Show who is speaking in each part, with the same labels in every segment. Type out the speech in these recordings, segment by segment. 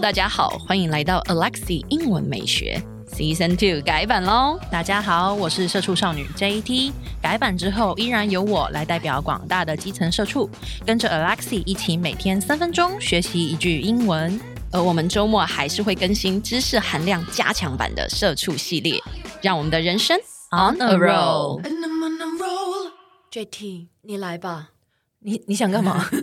Speaker 1: 大家好，欢迎来到 Alexi 英文美学 Season Two 改版喽！
Speaker 2: 大家好，我是社畜少女 JT。改版之后，依然由我来代表广大的基层社畜，跟着 Alexi 一起每天三分钟学习一句英文。
Speaker 1: 而我们周末还是会更新知识含量加强版的社畜系列，让我们的人生 on a roll。
Speaker 3: And I'm on a roll. JT，你来吧。
Speaker 2: 你你想干嘛？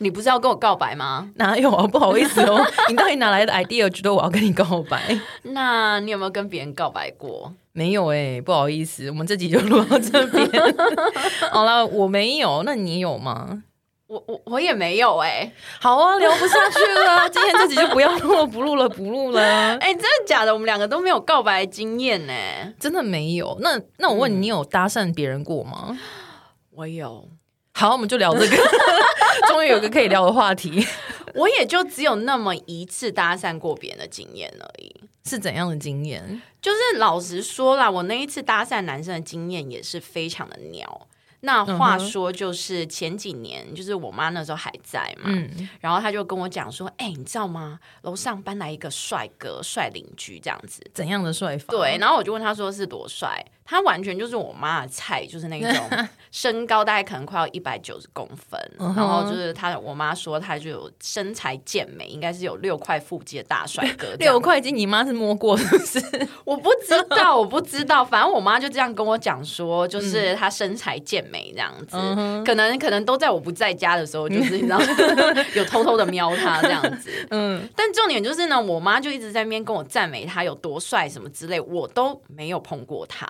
Speaker 3: 你不是要跟我告白吗？
Speaker 2: 哪有啊？不好意思 哦，你到底哪来的 idea 觉得我要跟你告白？
Speaker 3: 那你有没有跟别人告白过？
Speaker 2: 没有哎、不好意思，我们这集就录到这边。 好了，我没有，那你有吗？
Speaker 3: 我我我也没有哎、
Speaker 2: 好啊，聊不下去 了，啊今天这集就不要录了，不录了，不录了。
Speaker 3: 哎、真的假的？我们两个都没有告白经验呢、
Speaker 2: 真的没有。那那我问你，你有搭讪别人过吗？
Speaker 3: 我有，
Speaker 2: 好，我们就聊 这个，终于有个可以聊的话题，
Speaker 3: 我也就只有那么一次搭讪过别人的经验而已。
Speaker 2: 是怎样的经验？
Speaker 3: 就是老实说啦，我那一次搭讪男生的经验也是非常的鸟。那话说，就是前几年，就是我妈那时候还在嘛，
Speaker 2: 嗯，
Speaker 3: 然后他就跟我讲说：“哎、你知道吗？楼上搬来一个帅哥，帅邻居这样子。
Speaker 2: 怎样的帅”法？
Speaker 3: 对，，然后我就问他说是多帅，他完全就是我妈的菜，就是那 种身高大概可能快要一百九十公分，
Speaker 2: 嗯
Speaker 3: 然
Speaker 2: 哼
Speaker 3: 后就是他我妈说他就有身材健美，应该是有六块腹肌的大帅哥这样。
Speaker 2: 六块肌，你妈是摸过是不是？
Speaker 3: 我不知道，我不知道，反正我妈就这样跟我讲说，就是她身材健美这样子，
Speaker 2: 嗯哼
Speaker 3: 可能可能都在我不在家的时候，就是你 知道有偷偷的瞄她这样子。
Speaker 2: 嗯，
Speaker 3: 但重点就是呢，我妈就一直在那边跟我赞美她有多帅什么之类，我都没有碰过她。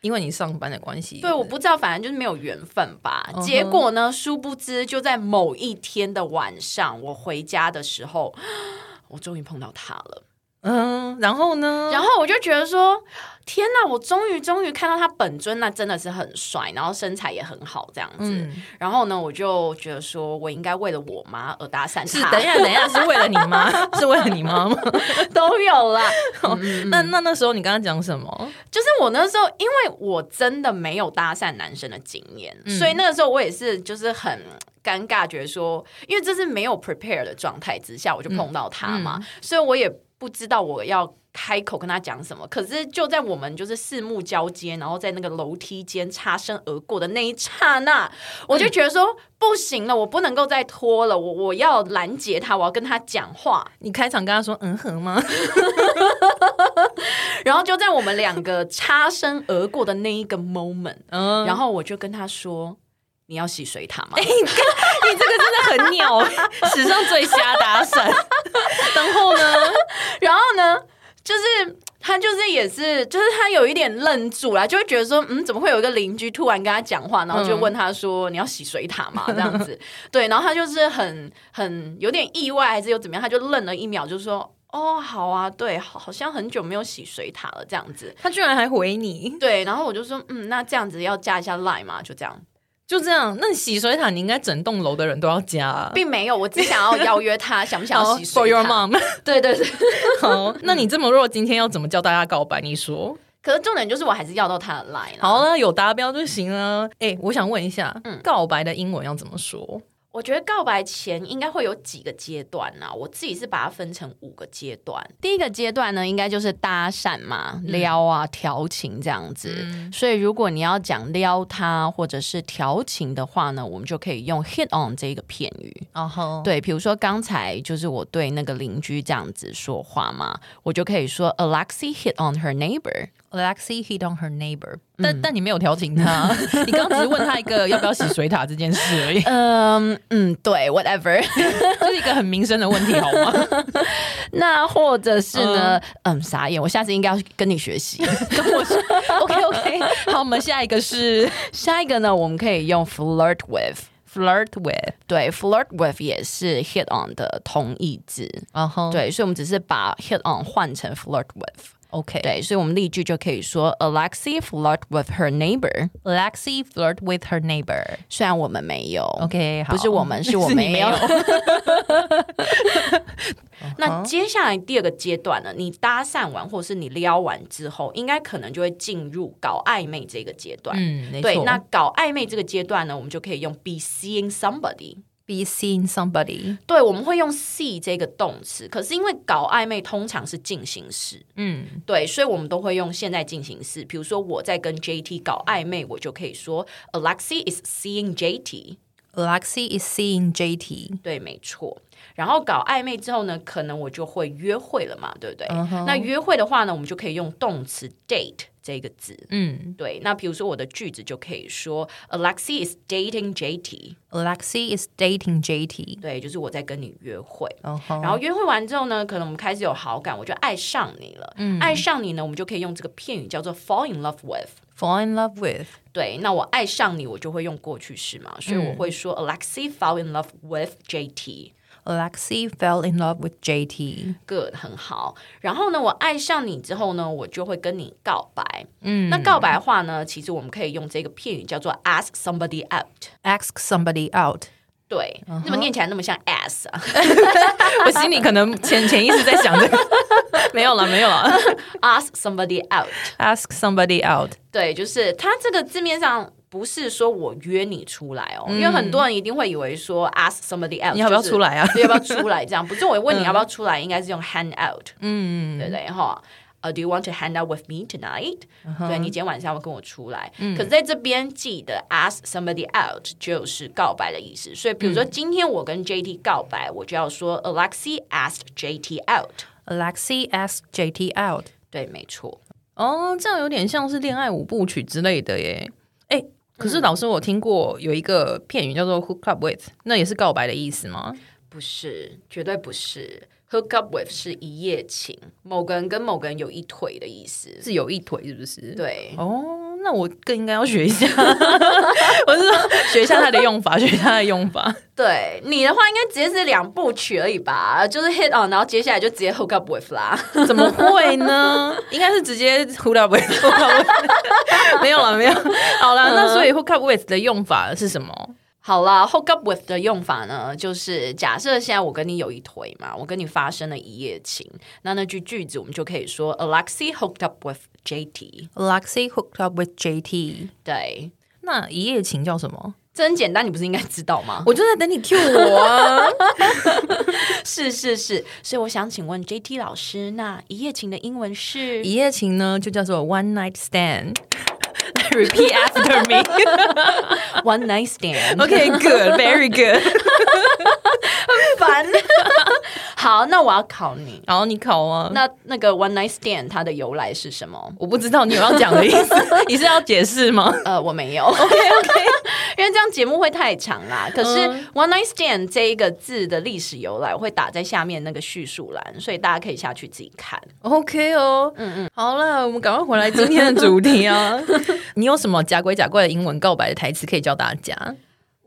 Speaker 2: 因为你上班的关系，
Speaker 3: 对，我不知道，反正就是没有缘分吧。
Speaker 2: 嗯哼
Speaker 3: 结果呢，殊不知就在某一天的晚上，我回家的时候，我终于碰到她了。
Speaker 2: 嗯，然后呢？
Speaker 3: 然后我就觉得说，天哪！我终于终于看到他本尊，那真的是很帅，然后身材也很好这样子。
Speaker 2: 嗯，
Speaker 3: 然后呢，我就觉得说我应该为了我妈而搭讪
Speaker 2: 是
Speaker 3: 他，
Speaker 2: 等一下，等一下，是为了你妈， 是为了你妈吗？
Speaker 3: 都有啦。嗯
Speaker 2: 那那那时候你刚刚讲什么？
Speaker 3: 就是我那时候，因为我真的没有搭讪男生的经验，
Speaker 2: 嗯
Speaker 3: 所以那个时候我也是就是很尴尬，觉得说，因为这是没有 prepare 的状态之下，我就碰到他嘛，所以我也不知道我要。开口跟他讲什么，可是就在我们就是四目交接，然后在那个楼梯间擦身而过的那一刹那，我就觉得说、不行了，我不能够再拖了，我我要拦截他，我要跟他讲话。
Speaker 2: 你开场跟他说嗯哼吗？
Speaker 3: 然后就在我们两个擦身而过的那一个 moment，
Speaker 2: 嗯，哎
Speaker 3: 然后我就跟他说：“你要洗水 塔吗？”
Speaker 2: 你这个真的很鸟，欸史上最瞎打伞。 然后呢？
Speaker 3: 然后呢，就是他就是也是，就是他有一点愣住啦，就会觉得说：“嗯，怎么会有一个邻居突然跟他讲话，然后就问他说：‘你要洗水塔吗？’这 样子，对，然后他就是很很有点意外，还是又怎么样，他就愣了一秒，就说。哦，好啊，对，好好像很久没有洗水塔了，这样子。
Speaker 2: 他居然还回你，
Speaker 3: 对，然后我就说，嗯，那这样子要加一下 line 嘛，就这样。
Speaker 2: 就这样。那洗水塔你应该整栋楼的人都要加、啊。
Speaker 3: 并没有，我只想要邀约他，想不想要洗水
Speaker 2: for your
Speaker 3: 塔
Speaker 2: mom。
Speaker 3: 对对对。
Speaker 2: 好，那你这么弱，今天要怎么教大家告白？你说
Speaker 3: 可是重点就是，我还是要到他的 line 啊啦。
Speaker 2: 好了，有达标就行了。哎、我想问一下，
Speaker 3: 嗯
Speaker 2: 告白的英文要怎么说？
Speaker 3: 我觉得告白前应该会有几个阶段啊，我自己是把它分成五个阶段。第一个阶段呢，应该就是搭讪嘛，撩啊、调情这样子。所以如果你要讲撩他或者是调情的话呢，我们就可以用 hit on 这一个片语。
Speaker 2: 然后对，
Speaker 3: 对，比如说刚才就是我对那个邻居这样子说话嘛，我就可以说 Alexi hit on her neighbor。
Speaker 2: Alexi hit on her neighbor，、但但你没有调 情他，你刚刚只是问他一个要不要洗水塔这件事而已，
Speaker 3: 嗯嗯，对，whatever。
Speaker 2: 这是一个很民生的问题，好吗？
Speaker 3: 那或者是呢？嗯傻眼，我下次应该要跟你学习。
Speaker 2: 跟我说 OK OK，好，我们下一个是
Speaker 3: 下一个呢，我们可以用 flirt with。
Speaker 2: flirt with，
Speaker 3: 对，flirt with 也是 hit on 的同义字。
Speaker 2: 然后对
Speaker 3: 对，所以我们只是把 hit on 换成 flirt with。
Speaker 2: OK，Alexi
Speaker 3: 对，所以我们例句就可以说，Alexi flirt with her neighbor。
Speaker 2: flirt with her neighbor。
Speaker 3: 虽然我们没有
Speaker 2: OK，好，
Speaker 3: 不是我 们， 是我
Speaker 2: 你
Speaker 3: 没
Speaker 2: 没
Speaker 3: 有。嗯那接下来第二个阶段呢？你搭讪完或是你撩完之后，应该可能就会进入搞暧昧这个阶段。
Speaker 2: 嗯，没
Speaker 3: 对
Speaker 2: 错。，
Speaker 3: 那搞暧昧这个阶段呢，我们就可以用 be seeing somebody。
Speaker 2: be seeing somebody，
Speaker 3: 对，我们会用 see 这个动词，可是因为搞暧昧通常是进行时，
Speaker 2: 嗯
Speaker 3: 对，所以我们都会用现在进行式。比如说我在跟 JT 搞暧昧，我就可以说 Alexi is seeing JT。
Speaker 2: ，Alexi is seeing JT。
Speaker 3: 对，没错。然后搞暧昧之后呢，可能我就会约会了嘛，对不对那约会的话呢，我们就可以用动词 date 这个字。
Speaker 2: 嗯
Speaker 3: 对，那比如说我的句子就可以说 Alexi is dating JT。
Speaker 2: ，Alexi is dating JT。
Speaker 3: 对，就是我在跟你约会。
Speaker 2: 然后，
Speaker 3: 然后约会完之后呢，可能我们开始有好感，我就爱上你了。爱上你呢，我们就可以用这个片语叫做 fall in love with。
Speaker 2: fall in love with。
Speaker 3: 对，那我爱上你，我就会用过去式嘛，所以我会说、Alexi fell in love with JT。
Speaker 2: Alexi fell in love with JT。
Speaker 3: Good，很好。然后呢，我爱上你之后呢，我就会跟你告白。嗯，那告白的话呢，其实我们可以用这个片语叫做 ask somebody out。
Speaker 2: Ask somebody out。
Speaker 3: 对，那么念起来那么像 ass 啊
Speaker 2: 我心里可能潜潜意识在想这 个，没有了，没有了。
Speaker 3: ，ask somebody out。
Speaker 2: Ask somebody out。
Speaker 3: 对，就是它这个字面上不是说我约你出来哦，因为很多人一定会以为说 ask somebody out，
Speaker 2: 嗯你要不要
Speaker 3: 就是
Speaker 2: 出来啊嗯
Speaker 3: 对要不要出来这样？不是我问你要不要出来，应该是用 hang out，嗯，对不对哈？呃、d o you want to hang out with me tonight？、对
Speaker 2: 嗯
Speaker 3: 你今天晚上要跟我出来。可是在这边记得 ask somebody out 就是告白的意思，所以比如
Speaker 2: 嗯
Speaker 3: 说今天我跟 JT 告白，我就要说 Alexi asked JT out。
Speaker 2: Alexi asked JT out。
Speaker 3: 对，没错。
Speaker 2: 哦，这样有点像是恋爱五部曲之类的耶。哎，可是老师，我听过有一个片语叫做 hook up with，那也是告白的意思吗？
Speaker 3: 不是，绝对不是。Hook up with 是一夜情，某个人跟某个人有一腿的意思。
Speaker 2: 是有一腿是不是？。
Speaker 3: 对，
Speaker 2: 哦，那我更应该要学一下。 我是说，学一下它的用法，学一下它的用法。
Speaker 3: 对你的话应该直接是两部曲而已吧，就是 hit on，然后接下来就直接 hook up with 啦。
Speaker 2: 怎么会呢？应该是直接 hook up with，hook up with 没有了，没有。好了，那所以 hook up with 的用法是什么？
Speaker 3: 好啦 h o o k up with 的用法呢，就是假设现在我跟你有一腿嘛，我跟你发生了一夜情，那那句句子我们就可以说 Alexi hooked up with JT。
Speaker 2: Alexi hooked up with JT。
Speaker 3: 对，
Speaker 2: 那一夜情叫什么？
Speaker 3: 这很简单，你不是应该知道吗？
Speaker 2: 我就在等你 cue 我啊！
Speaker 3: 是是是，所以我想请问 JT 老师，那一夜情的英文是
Speaker 2: 一夜情呢，就叫做 one night stand。Repeat after me.
Speaker 3: One night stand，
Speaker 2: OK, good, very good.
Speaker 3: 烦。 好，那我要考你。
Speaker 2: 然后你考啊？
Speaker 3: 那那个 one night stand 它的由来是什么？
Speaker 2: 我不知道你有要讲的意思，你是要解释吗？
Speaker 3: 呃，我 没有。OK OK，因为这样节目会太长啦。可是 one night stand 这一个字的历史由来，我会打在下面那个叙述栏，所以大家可以下去自己看。
Speaker 2: OK 哦，嗯嗯，好啦，我们赶快回来今天的主题啊！ 你有什么假鬼假怪的英文告白的台词可以教大家？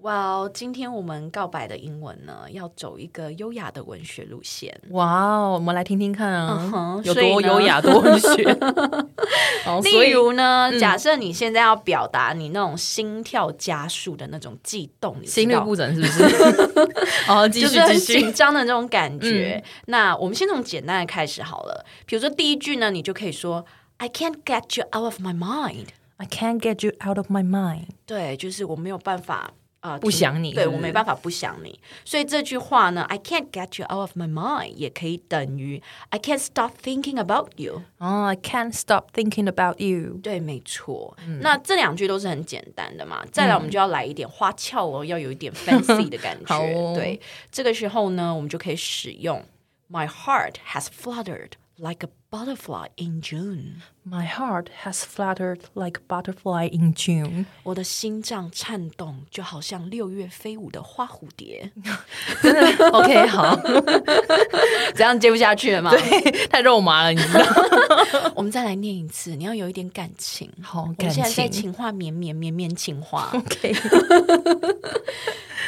Speaker 3: 哇哦，今天我们告白的英文呢，要走一个优雅的文学路线。
Speaker 2: 哇哦，我们来听听看
Speaker 3: 嗯
Speaker 2: 啊
Speaker 3: 哼
Speaker 2: 有
Speaker 3: 所以
Speaker 2: 多
Speaker 3: 呢
Speaker 2: 优雅，多文学。 好，所
Speaker 3: 例
Speaker 2: 以
Speaker 3: 如呢，假设你现在要表达你那种心跳加速的那种悸动，你知
Speaker 2: 心律
Speaker 3: 道
Speaker 2: 不整是不是？ 好，继
Speaker 3: 就是
Speaker 2: 续
Speaker 3: 很
Speaker 2: 继
Speaker 3: 紧
Speaker 2: 续。
Speaker 3: 张的那种感觉。
Speaker 2: 嗯
Speaker 3: 那我们先从简单的开始好了。比如说第一句呢，你就可以说 "I can't get you out of my mind"，
Speaker 2: I can't get you out of my mind。
Speaker 3: 对，就是我没有办法啊、呃
Speaker 2: 不想你
Speaker 3: 对
Speaker 2: 是不
Speaker 3: 我
Speaker 2: 是
Speaker 3: 没办法不想你。所以这句话呢，"I can't get you out of my mind" 也可以等于 "I can't stop thinking about you"。
Speaker 2: 哦、i can't stop thinking about you。
Speaker 3: 对，没错。
Speaker 2: 嗯
Speaker 3: 那这两句都是很简单的嘛。再来，我们就要来一点花俏哦，要有一点 fancy 的感觉。
Speaker 2: 好哦
Speaker 3: 对，这个时候呢，我们就可以使用 My heart has fluttered like a butterfly in June。
Speaker 2: My heart has fluttered like a butterfly in June。
Speaker 3: 我的心脏颤动，就好像六月飞舞的花蝴蝶。
Speaker 2: OK，好，
Speaker 3: 这样接不下去了吗？
Speaker 2: 太肉麻了，你知道？
Speaker 3: 我们再来念一次，你要有一点感情。
Speaker 2: 好
Speaker 3: 我
Speaker 2: 感
Speaker 3: 们现在在
Speaker 2: 情
Speaker 3: 情话绵绵绵绵情话。
Speaker 2: OK，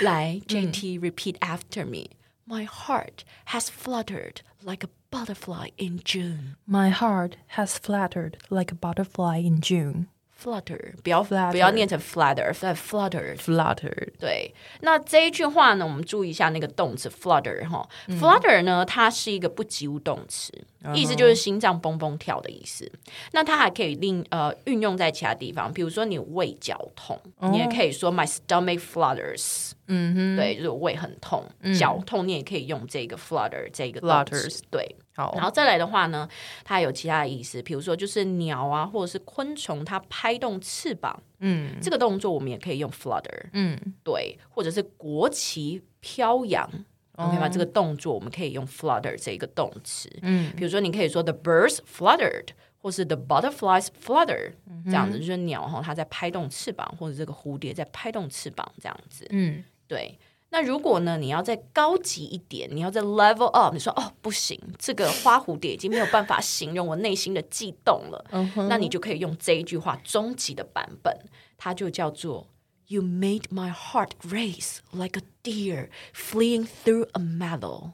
Speaker 3: 来，JT repeat after me. My heart has fluttered like a butterfly in June.
Speaker 2: My heart has fluttered like a butterfly in June.
Speaker 3: flutter，不要
Speaker 2: Flutter
Speaker 3: 不要念成 flutter，flutter。
Speaker 2: fluttered，
Speaker 3: 对，那这一句话呢，我们注意一下那个动词 flutter 哈、f l u t t e r 呢，它是一个不及物动词，意思就是心脏蹦蹦跳的意思。那它还可以另呃运用在其他地方，比如说你胃绞痛，你也可以说 my stomach flutters，嗯哼，对，就是我胃很痛，绞、痛，你也可以用这个 flutter 这个动词
Speaker 2: 嗯 Flutters
Speaker 3: 对。
Speaker 2: 好
Speaker 3: 然，后再来的话呢，它还有其他的意思，比如说就是鸟啊，或者是昆虫，它拍动翅膀，
Speaker 2: 嗯
Speaker 3: 这个动作我们也可以用 flutter，
Speaker 2: 嗯，
Speaker 3: 对，或者是国旗飘扬。OK 吧，这个动作我们可以用 flutter 这一个动词。嗯，比如说你可以说 the birds fluttered，或是 the butterflies flutter，、这样子就是鸟哈它在拍动翅膀，或者这个蝴蝶在拍动翅膀这样子。
Speaker 2: 嗯，
Speaker 3: 对。那如果呢，你要再高级一点，你要再 level up，你说哦不行，这个花蝴蝶已经没有办法形容我内心的悸动了，那你就可以用这一句话终极的版本，它就叫做 You made my heart race like a deer fleeing through a meadow。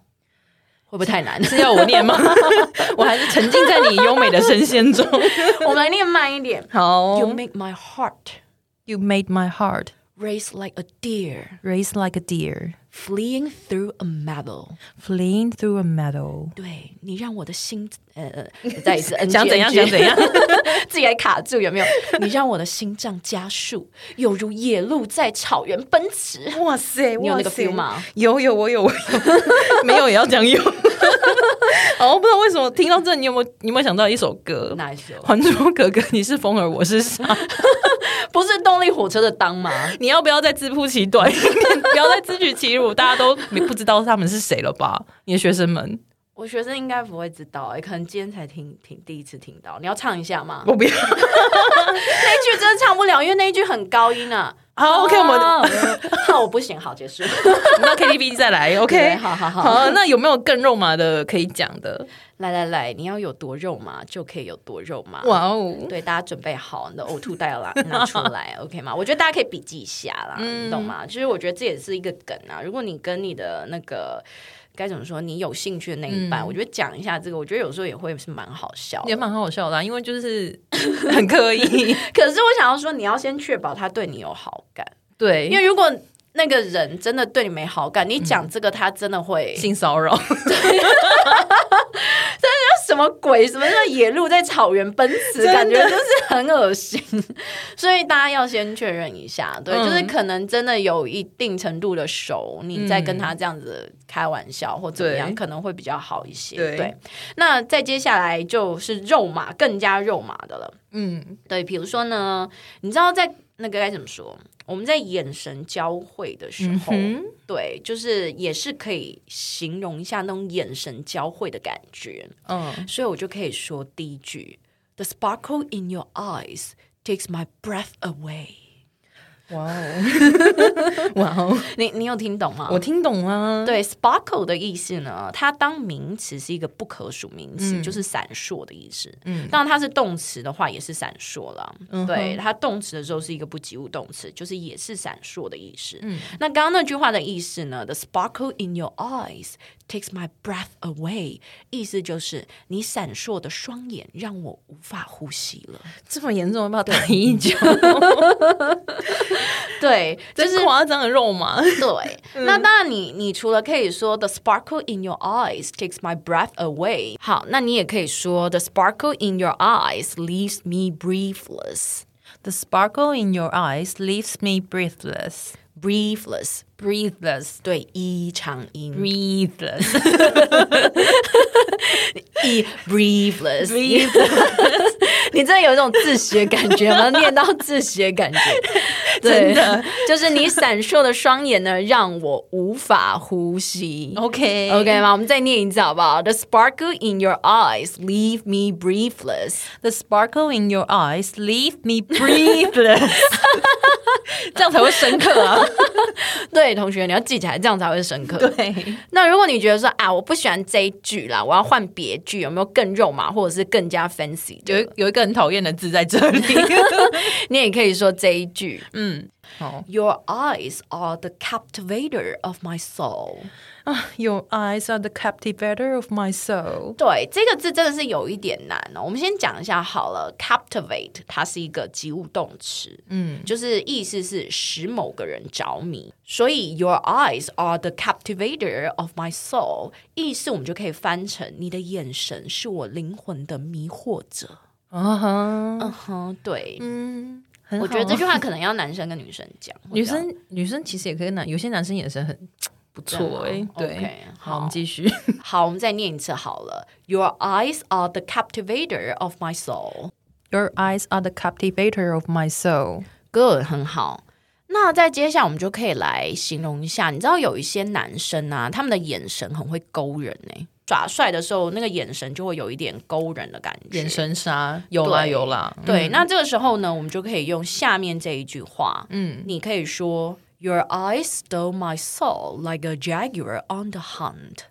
Speaker 3: 会不会太 难？
Speaker 2: 是要我念吗？我还是沉浸在你优美的声线 中。
Speaker 3: 我们来念慢一点。
Speaker 2: 好
Speaker 3: You make my heart
Speaker 2: You made my heart
Speaker 3: race like a deer
Speaker 2: race like a deer,
Speaker 3: fleeing through a meadow。
Speaker 2: fleeing through a meadow。
Speaker 3: 对你让我的心，呃，呃，再 一次 NG，
Speaker 2: 想怎样
Speaker 3: NG
Speaker 2: 想怎样，
Speaker 3: 自己还卡住有 没有？你让我的心脏加速，有如野鹿在草原奔 驰。
Speaker 2: 哇塞，
Speaker 3: 你有那个
Speaker 2: 哇塞
Speaker 3: feel 吗？
Speaker 2: 有有我有我有， 没有也要讲 有。好，不知道为什么听到这，你有没有你有没有想到一首歌？
Speaker 3: 哪一首
Speaker 2: 《还珠格格》，你是风儿，我是沙。
Speaker 3: 不是动力火车的当吗？
Speaker 2: 你要不要再自曝其短 一点？不要再自取其辱，大家都不知道他们是谁了吧？你的学生们，
Speaker 3: 我学生应该不会知道、欸，可能今天才听听第一次听到。你要唱一下吗？
Speaker 2: 我不要。
Speaker 3: 那一句真的唱不了，因为那一句很高音啊。
Speaker 2: 好，OK，我们
Speaker 3: 啊
Speaker 2: 哦
Speaker 3: 好，我不行，好结束。
Speaker 2: 那 KTV 再来，OK？
Speaker 3: 对好好好
Speaker 2: 好，那有没有更肉麻的可以讲的？
Speaker 3: 来来来，你要有多肉麻就可以有多肉麻。
Speaker 2: 哇哦！
Speaker 3: 对，大家准备好你的呕吐袋要拿拿出 来，OK 吗？我觉得大家可以笔记一下啦，
Speaker 2: 嗯
Speaker 3: 你懂吗？其实我觉得这也是一个梗啊。如果你跟你的那个该怎么说，你有兴趣的那一半，我觉得讲一下这个，我觉得有时候也会是蛮好笑的
Speaker 2: 嗯也蛮好笑的啊、因为就是 很刻意，
Speaker 3: 可是我想要说，你要先确保他对你有好感，
Speaker 2: 对，
Speaker 3: 因为如果那个人真的对你没好感，你讲这个他真的会、
Speaker 2: 性骚扰，
Speaker 3: 什么鬼？什么叫野鹿在草原奔驰？感觉就是很恶心， 所以大家要先确认一下。对，
Speaker 2: 嗯
Speaker 3: 就是可能真的有一定程度的熟，你再跟他这样子开玩笑或怎么样，
Speaker 2: 对
Speaker 3: 可能会比较好一些。
Speaker 2: 对
Speaker 3: 那再接下来就是肉麻，更加肉麻的了。
Speaker 2: 嗯，
Speaker 3: 对，比如说呢，你知道在那个该怎么说？我们在眼神交汇的时候，
Speaker 2: 嗯
Speaker 3: 对，就是也是可以形容一下那种眼神交汇的感觉。
Speaker 2: 嗯，
Speaker 3: 所以我就可以说第一句：The sparkle in your eyes takes my breath away。
Speaker 2: 哇哦， 哇哦，
Speaker 3: 你你有听懂吗？
Speaker 2: 我听懂啊，，
Speaker 3: 对 sparkle 的意思呢，它当名词是一个不可数名词，就是闪烁的意思。嗯，当然它是动词的话，也是闪烁了。对，它动词的时候是一个不及物动词，就是也是闪烁的意思。嗯，那刚刚那句话的意思呢？The sparkle in your eyes takes my breath away，意思就是你闪烁的双眼让我无法呼吸了。
Speaker 2: 这么严重要不要打一脚？
Speaker 3: 对，就
Speaker 2: 这
Speaker 3: 是
Speaker 2: 是夸张的肉麻，
Speaker 3: 对，那当然你，你除了可以说 the sparkle in your eyes takes my breath away，好，那你也可以说 the sparkle in your eyes leaves me breathless。
Speaker 2: The sparkle in your eyes leaves me breathless.
Speaker 3: breathless，
Speaker 2: Breathless.
Speaker 3: 对，一长音
Speaker 2: Breathless.
Speaker 3: 一 breathless，你真的有一种自学感觉吗？念到自学感觉，对，就是你闪烁的双眼呢，让我无法呼吸。
Speaker 2: OK.
Speaker 3: OK 吗？我们再念一次好不好？The sparkle in your eyes leave me breathless。
Speaker 2: The sparkle in your eyes leave me breathless. 这样才会深刻啊！
Speaker 3: 对同学，你要记起来，这样才会深刻。
Speaker 2: 对，
Speaker 3: 那如果你觉得说啊，我不喜欢这一句啦，我要换别句，有没有更肉麻或者是更加 fancy
Speaker 2: 有
Speaker 3: 的？
Speaker 2: 一有一个很讨厌的字在这里。
Speaker 3: 你也可以说这一句
Speaker 2: 嗯，好
Speaker 3: ：Your eyes are the captivator of my soul。
Speaker 2: 啊，Your eyes are the captivator of my soul。
Speaker 3: 对，这个字真的是有一点难哦。我们先讲一下好了，captivate 它是一个及物动词，
Speaker 2: 嗯，
Speaker 3: 就是意思是使某个人着迷。所以 Your eyes are the captivator of my soul，意思我们就可以翻成你的眼神是我灵魂的迷惑者。
Speaker 2: 啊哈，
Speaker 3: 嗯哼，对，
Speaker 2: 嗯，很
Speaker 3: 我觉
Speaker 2: 好
Speaker 3: 得这
Speaker 2: 啊
Speaker 3: 句话可能要男生跟女生讲，我
Speaker 2: 女
Speaker 3: 觉得
Speaker 2: 生女生其实也可以男，有些男生眼神很不错哎、
Speaker 3: 对吗
Speaker 2: 对
Speaker 3: OK，，
Speaker 2: 好，我
Speaker 3: 好
Speaker 2: 们继续。
Speaker 3: 好，我们再念一次好了。Your eyes are the captivator of my soul。
Speaker 2: Your eyes are the captivator of my soul。
Speaker 3: good 很好。那再接下来我们就可以来形容一下，你知道有一些男生啊，他们的眼神很会勾人呢、耍帅的时候，那个眼神就会有一点勾人的感觉。
Speaker 2: 眼神杀，有啦
Speaker 3: 对
Speaker 2: 有啦，
Speaker 3: 对，那这个时候呢，我们就可以用下面这一句话，嗯，你可以说 Your eyes stole my soul like a jaguar on the hunt。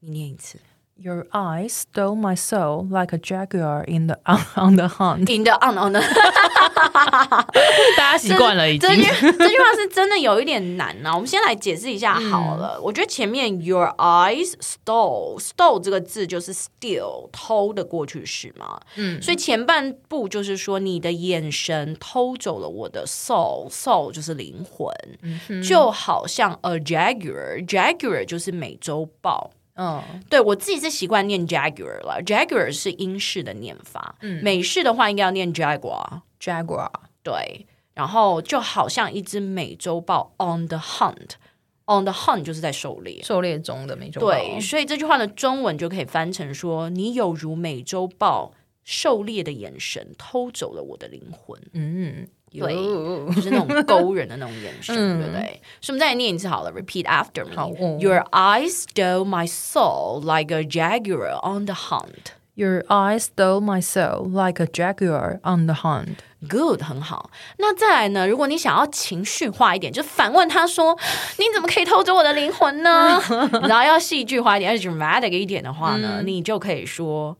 Speaker 3: 你念一次
Speaker 2: Your eyes stole my soul like a jaguar in the on, on the hunt。
Speaker 3: ，In the on on the。
Speaker 2: 大家习惯了已经
Speaker 3: 这。句这句话是真的有一点难啊呐、我们先来解释一下
Speaker 2: 嗯
Speaker 3: 好了。我觉得前面 your eyes stole stole 这个字就是 steal 偷的过去式嘛，嗯，所以前半部就是说你的眼神偷走了我的 soul soul 就是灵魂，
Speaker 2: 嗯
Speaker 3: 就好像 a jaguar jaguar 就是美洲豹，
Speaker 2: 嗯，
Speaker 3: 对我自己是习惯念 jaguar 了，jaguar 是英式的念法，
Speaker 2: 嗯
Speaker 3: 美式的话应该要念 jaguar。
Speaker 2: jaguar。
Speaker 3: 对，然后就好像一只美洲豹 on the hunt，on the hunt 就是在狩猎。
Speaker 2: 狩猎中的美洲豹
Speaker 3: 对，所以这句话的中文就可以翻成说：“你有如美洲豹狩猎的眼神，偷走了我的灵魂。
Speaker 2: 嗯，
Speaker 3: 对
Speaker 2: 有”
Speaker 3: 就是那 种勾人的那种眼神，对不对？所以我们再来念一次好了，repeat after me。
Speaker 2: 嗯好哦
Speaker 3: Your eyes stole my soul like a jaguar on the hunt。
Speaker 2: Your eyes stole my soul like a jaguar on the hunt.
Speaker 3: Good，很好。那再来呢？如果你想要情绪化一点，就反问他说：“你怎么可以偷走我的灵魂呢？” 然后要戏剧化一点，要 dramatic 一点的话呢，
Speaker 2: 嗯
Speaker 3: 你就可以说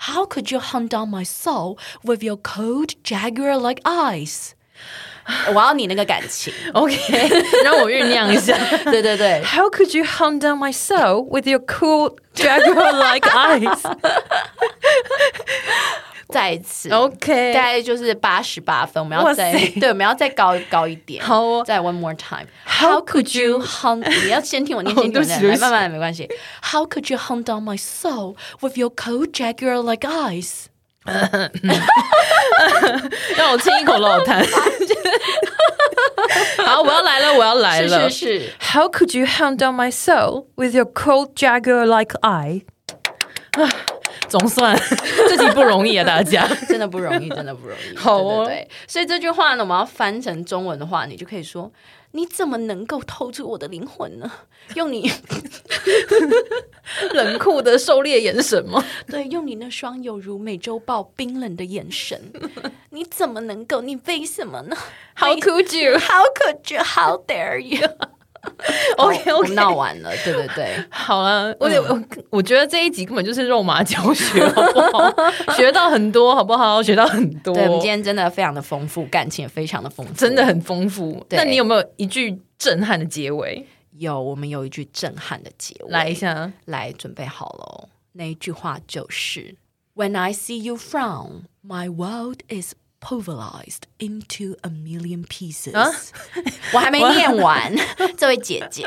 Speaker 3: ：“How could you hunt down my soul with your cold jaguar-like eyes？” 我要你那个感 情，
Speaker 2: OK，让我酝酿一下。
Speaker 3: 对对对。
Speaker 2: How could you hunt down my soul with your cool jaguar-like eyes?
Speaker 3: 再一次
Speaker 2: OK，
Speaker 3: 大概就是八十八分，我们要
Speaker 2: 哇
Speaker 3: 再
Speaker 2: 塞
Speaker 3: 对，我们要再高高一点。
Speaker 2: 好哦
Speaker 3: 再 one more time。How could you hunt？你要先听我念，先听我念，
Speaker 2: 对不
Speaker 3: 来
Speaker 2: 起
Speaker 3: 慢慢来，没关系。How could you hunt down my soul with your cold jaguar-like eyes？
Speaker 2: 让我清一口老 痰。好，我要来了，我要来
Speaker 3: 是
Speaker 2: 了。
Speaker 3: 是是，
Speaker 2: How could you hunt down my soul with your cold jaguar-like eye？啊总 算这集不容易啊，大家。
Speaker 3: 真的不容易，真的不容 易。
Speaker 2: 好哦
Speaker 3: 对对对。所以这句话呢，我们要翻成中文的话，你就可以说：你怎么能够偷出我的灵魂呢？用你
Speaker 2: 冷酷的狩猎眼神吗？
Speaker 3: 对，用你那双有如美洲豹冰冷的眼神，你怎么能够？你为什么呢
Speaker 2: How could you？
Speaker 3: ？How could you? How dare you?
Speaker 2: OK，OK
Speaker 3: Oh，我们闹完了，对对对，
Speaker 2: 好了，我得
Speaker 3: 嗯
Speaker 2: 我我觉得这一集根本就是肉麻教学，好不 好？学到很多，好不好？学到很多，
Speaker 3: 对我们今天真的非常的丰富，感情也非常的丰富，
Speaker 2: 真的很丰富。
Speaker 3: 对
Speaker 2: 那你有没有一句震撼的结尾？
Speaker 3: 有我们有一句震撼的结尾，
Speaker 2: 来一，下。
Speaker 3: 来准备好喽。那一句话就是：When I see you frown, my world is pulverized into a million pieces、
Speaker 2: 啊
Speaker 3: 我还没念 完，这位姐姐，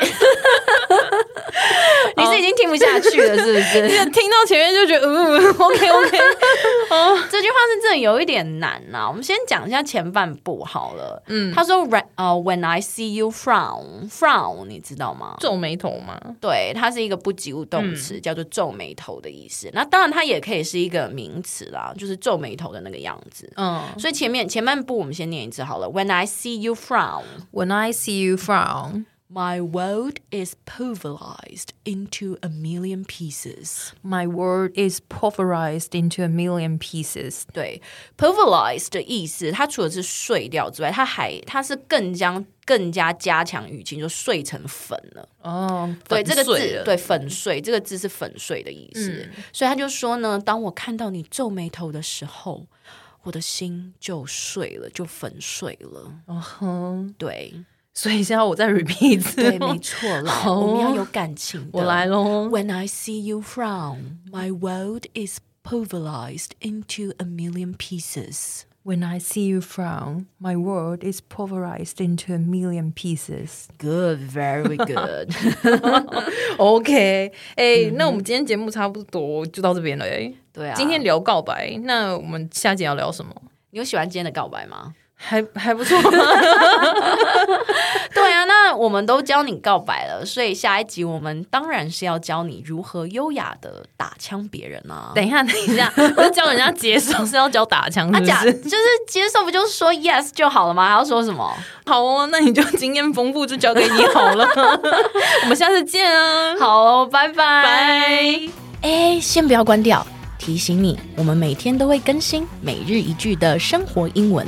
Speaker 3: 你是已经听不下去了，是不 是？
Speaker 2: 哦听到前面就觉得，嗯，OK OK，
Speaker 3: 这句话是真的有一点难呐、我们先讲一下前半部好了。嗯，他说，“When- 呃，When I see you frown，frown，你知道吗？
Speaker 2: 皱眉头嘛，
Speaker 3: 对，它是一个不及物动词，叫做皱眉头的意思。那当然，它也可以是一个名词啦，就是皱眉头的那个样子。
Speaker 2: 嗯。
Speaker 3: 所以前面前半部我们先念一次好了。When I see you frown，
Speaker 2: When I see you frown,
Speaker 3: My world is pulverized into a million pieces。
Speaker 2: My world is pulverized into a million pieces。
Speaker 3: 对，pulverize 的意思，它除了是碎掉之外，它还它是更将更加加强语境，就碎成粉了。
Speaker 2: 哦，
Speaker 3: 对这个
Speaker 2: 粉碎
Speaker 3: 字
Speaker 2: 了，嗯
Speaker 3: 对粉碎这个字是粉碎的意思。所以他就说呢，当我看到你皱眉头的时候，我的心就碎了，就粉碎了。
Speaker 2: 哦哼，
Speaker 3: 对，
Speaker 2: 所以现在我再 repeat 一次，
Speaker 3: 对，没错啦，
Speaker 2: 好哦
Speaker 3: 我们要有感情的。
Speaker 2: 我来喽。
Speaker 3: When I see you frown, my world is pulverized into a million pieces.
Speaker 2: When I see you frown, my world is pulverized into a million pieces.
Speaker 3: Good, very good.
Speaker 2: OK，哎、那我们今天节目差不多就到这边了、哎，
Speaker 3: 对啊，
Speaker 2: 今天聊告白，那我们下集要聊什么？
Speaker 3: 你有喜欢今天的告白吗？
Speaker 2: 还还不 错，
Speaker 3: 对啊，那我们都教你告白了，所以下一集我们当然是要教你如何优雅的打枪别人啊。
Speaker 2: 等一下，等一下，不是教人家接受，是要教打枪，是
Speaker 3: 啊
Speaker 2: 不
Speaker 3: 假
Speaker 2: 是？
Speaker 3: 就是接受，不就是说 yes 就好了吗？还要说什么？
Speaker 2: 好哦，那你就经验丰富，就交给你好 了。我们下次见啊，
Speaker 3: 好哦，拜拜。
Speaker 2: 拜。
Speaker 1: 哎，先不要关掉，提醒你，我们每天都会更新每日一句的生活英文，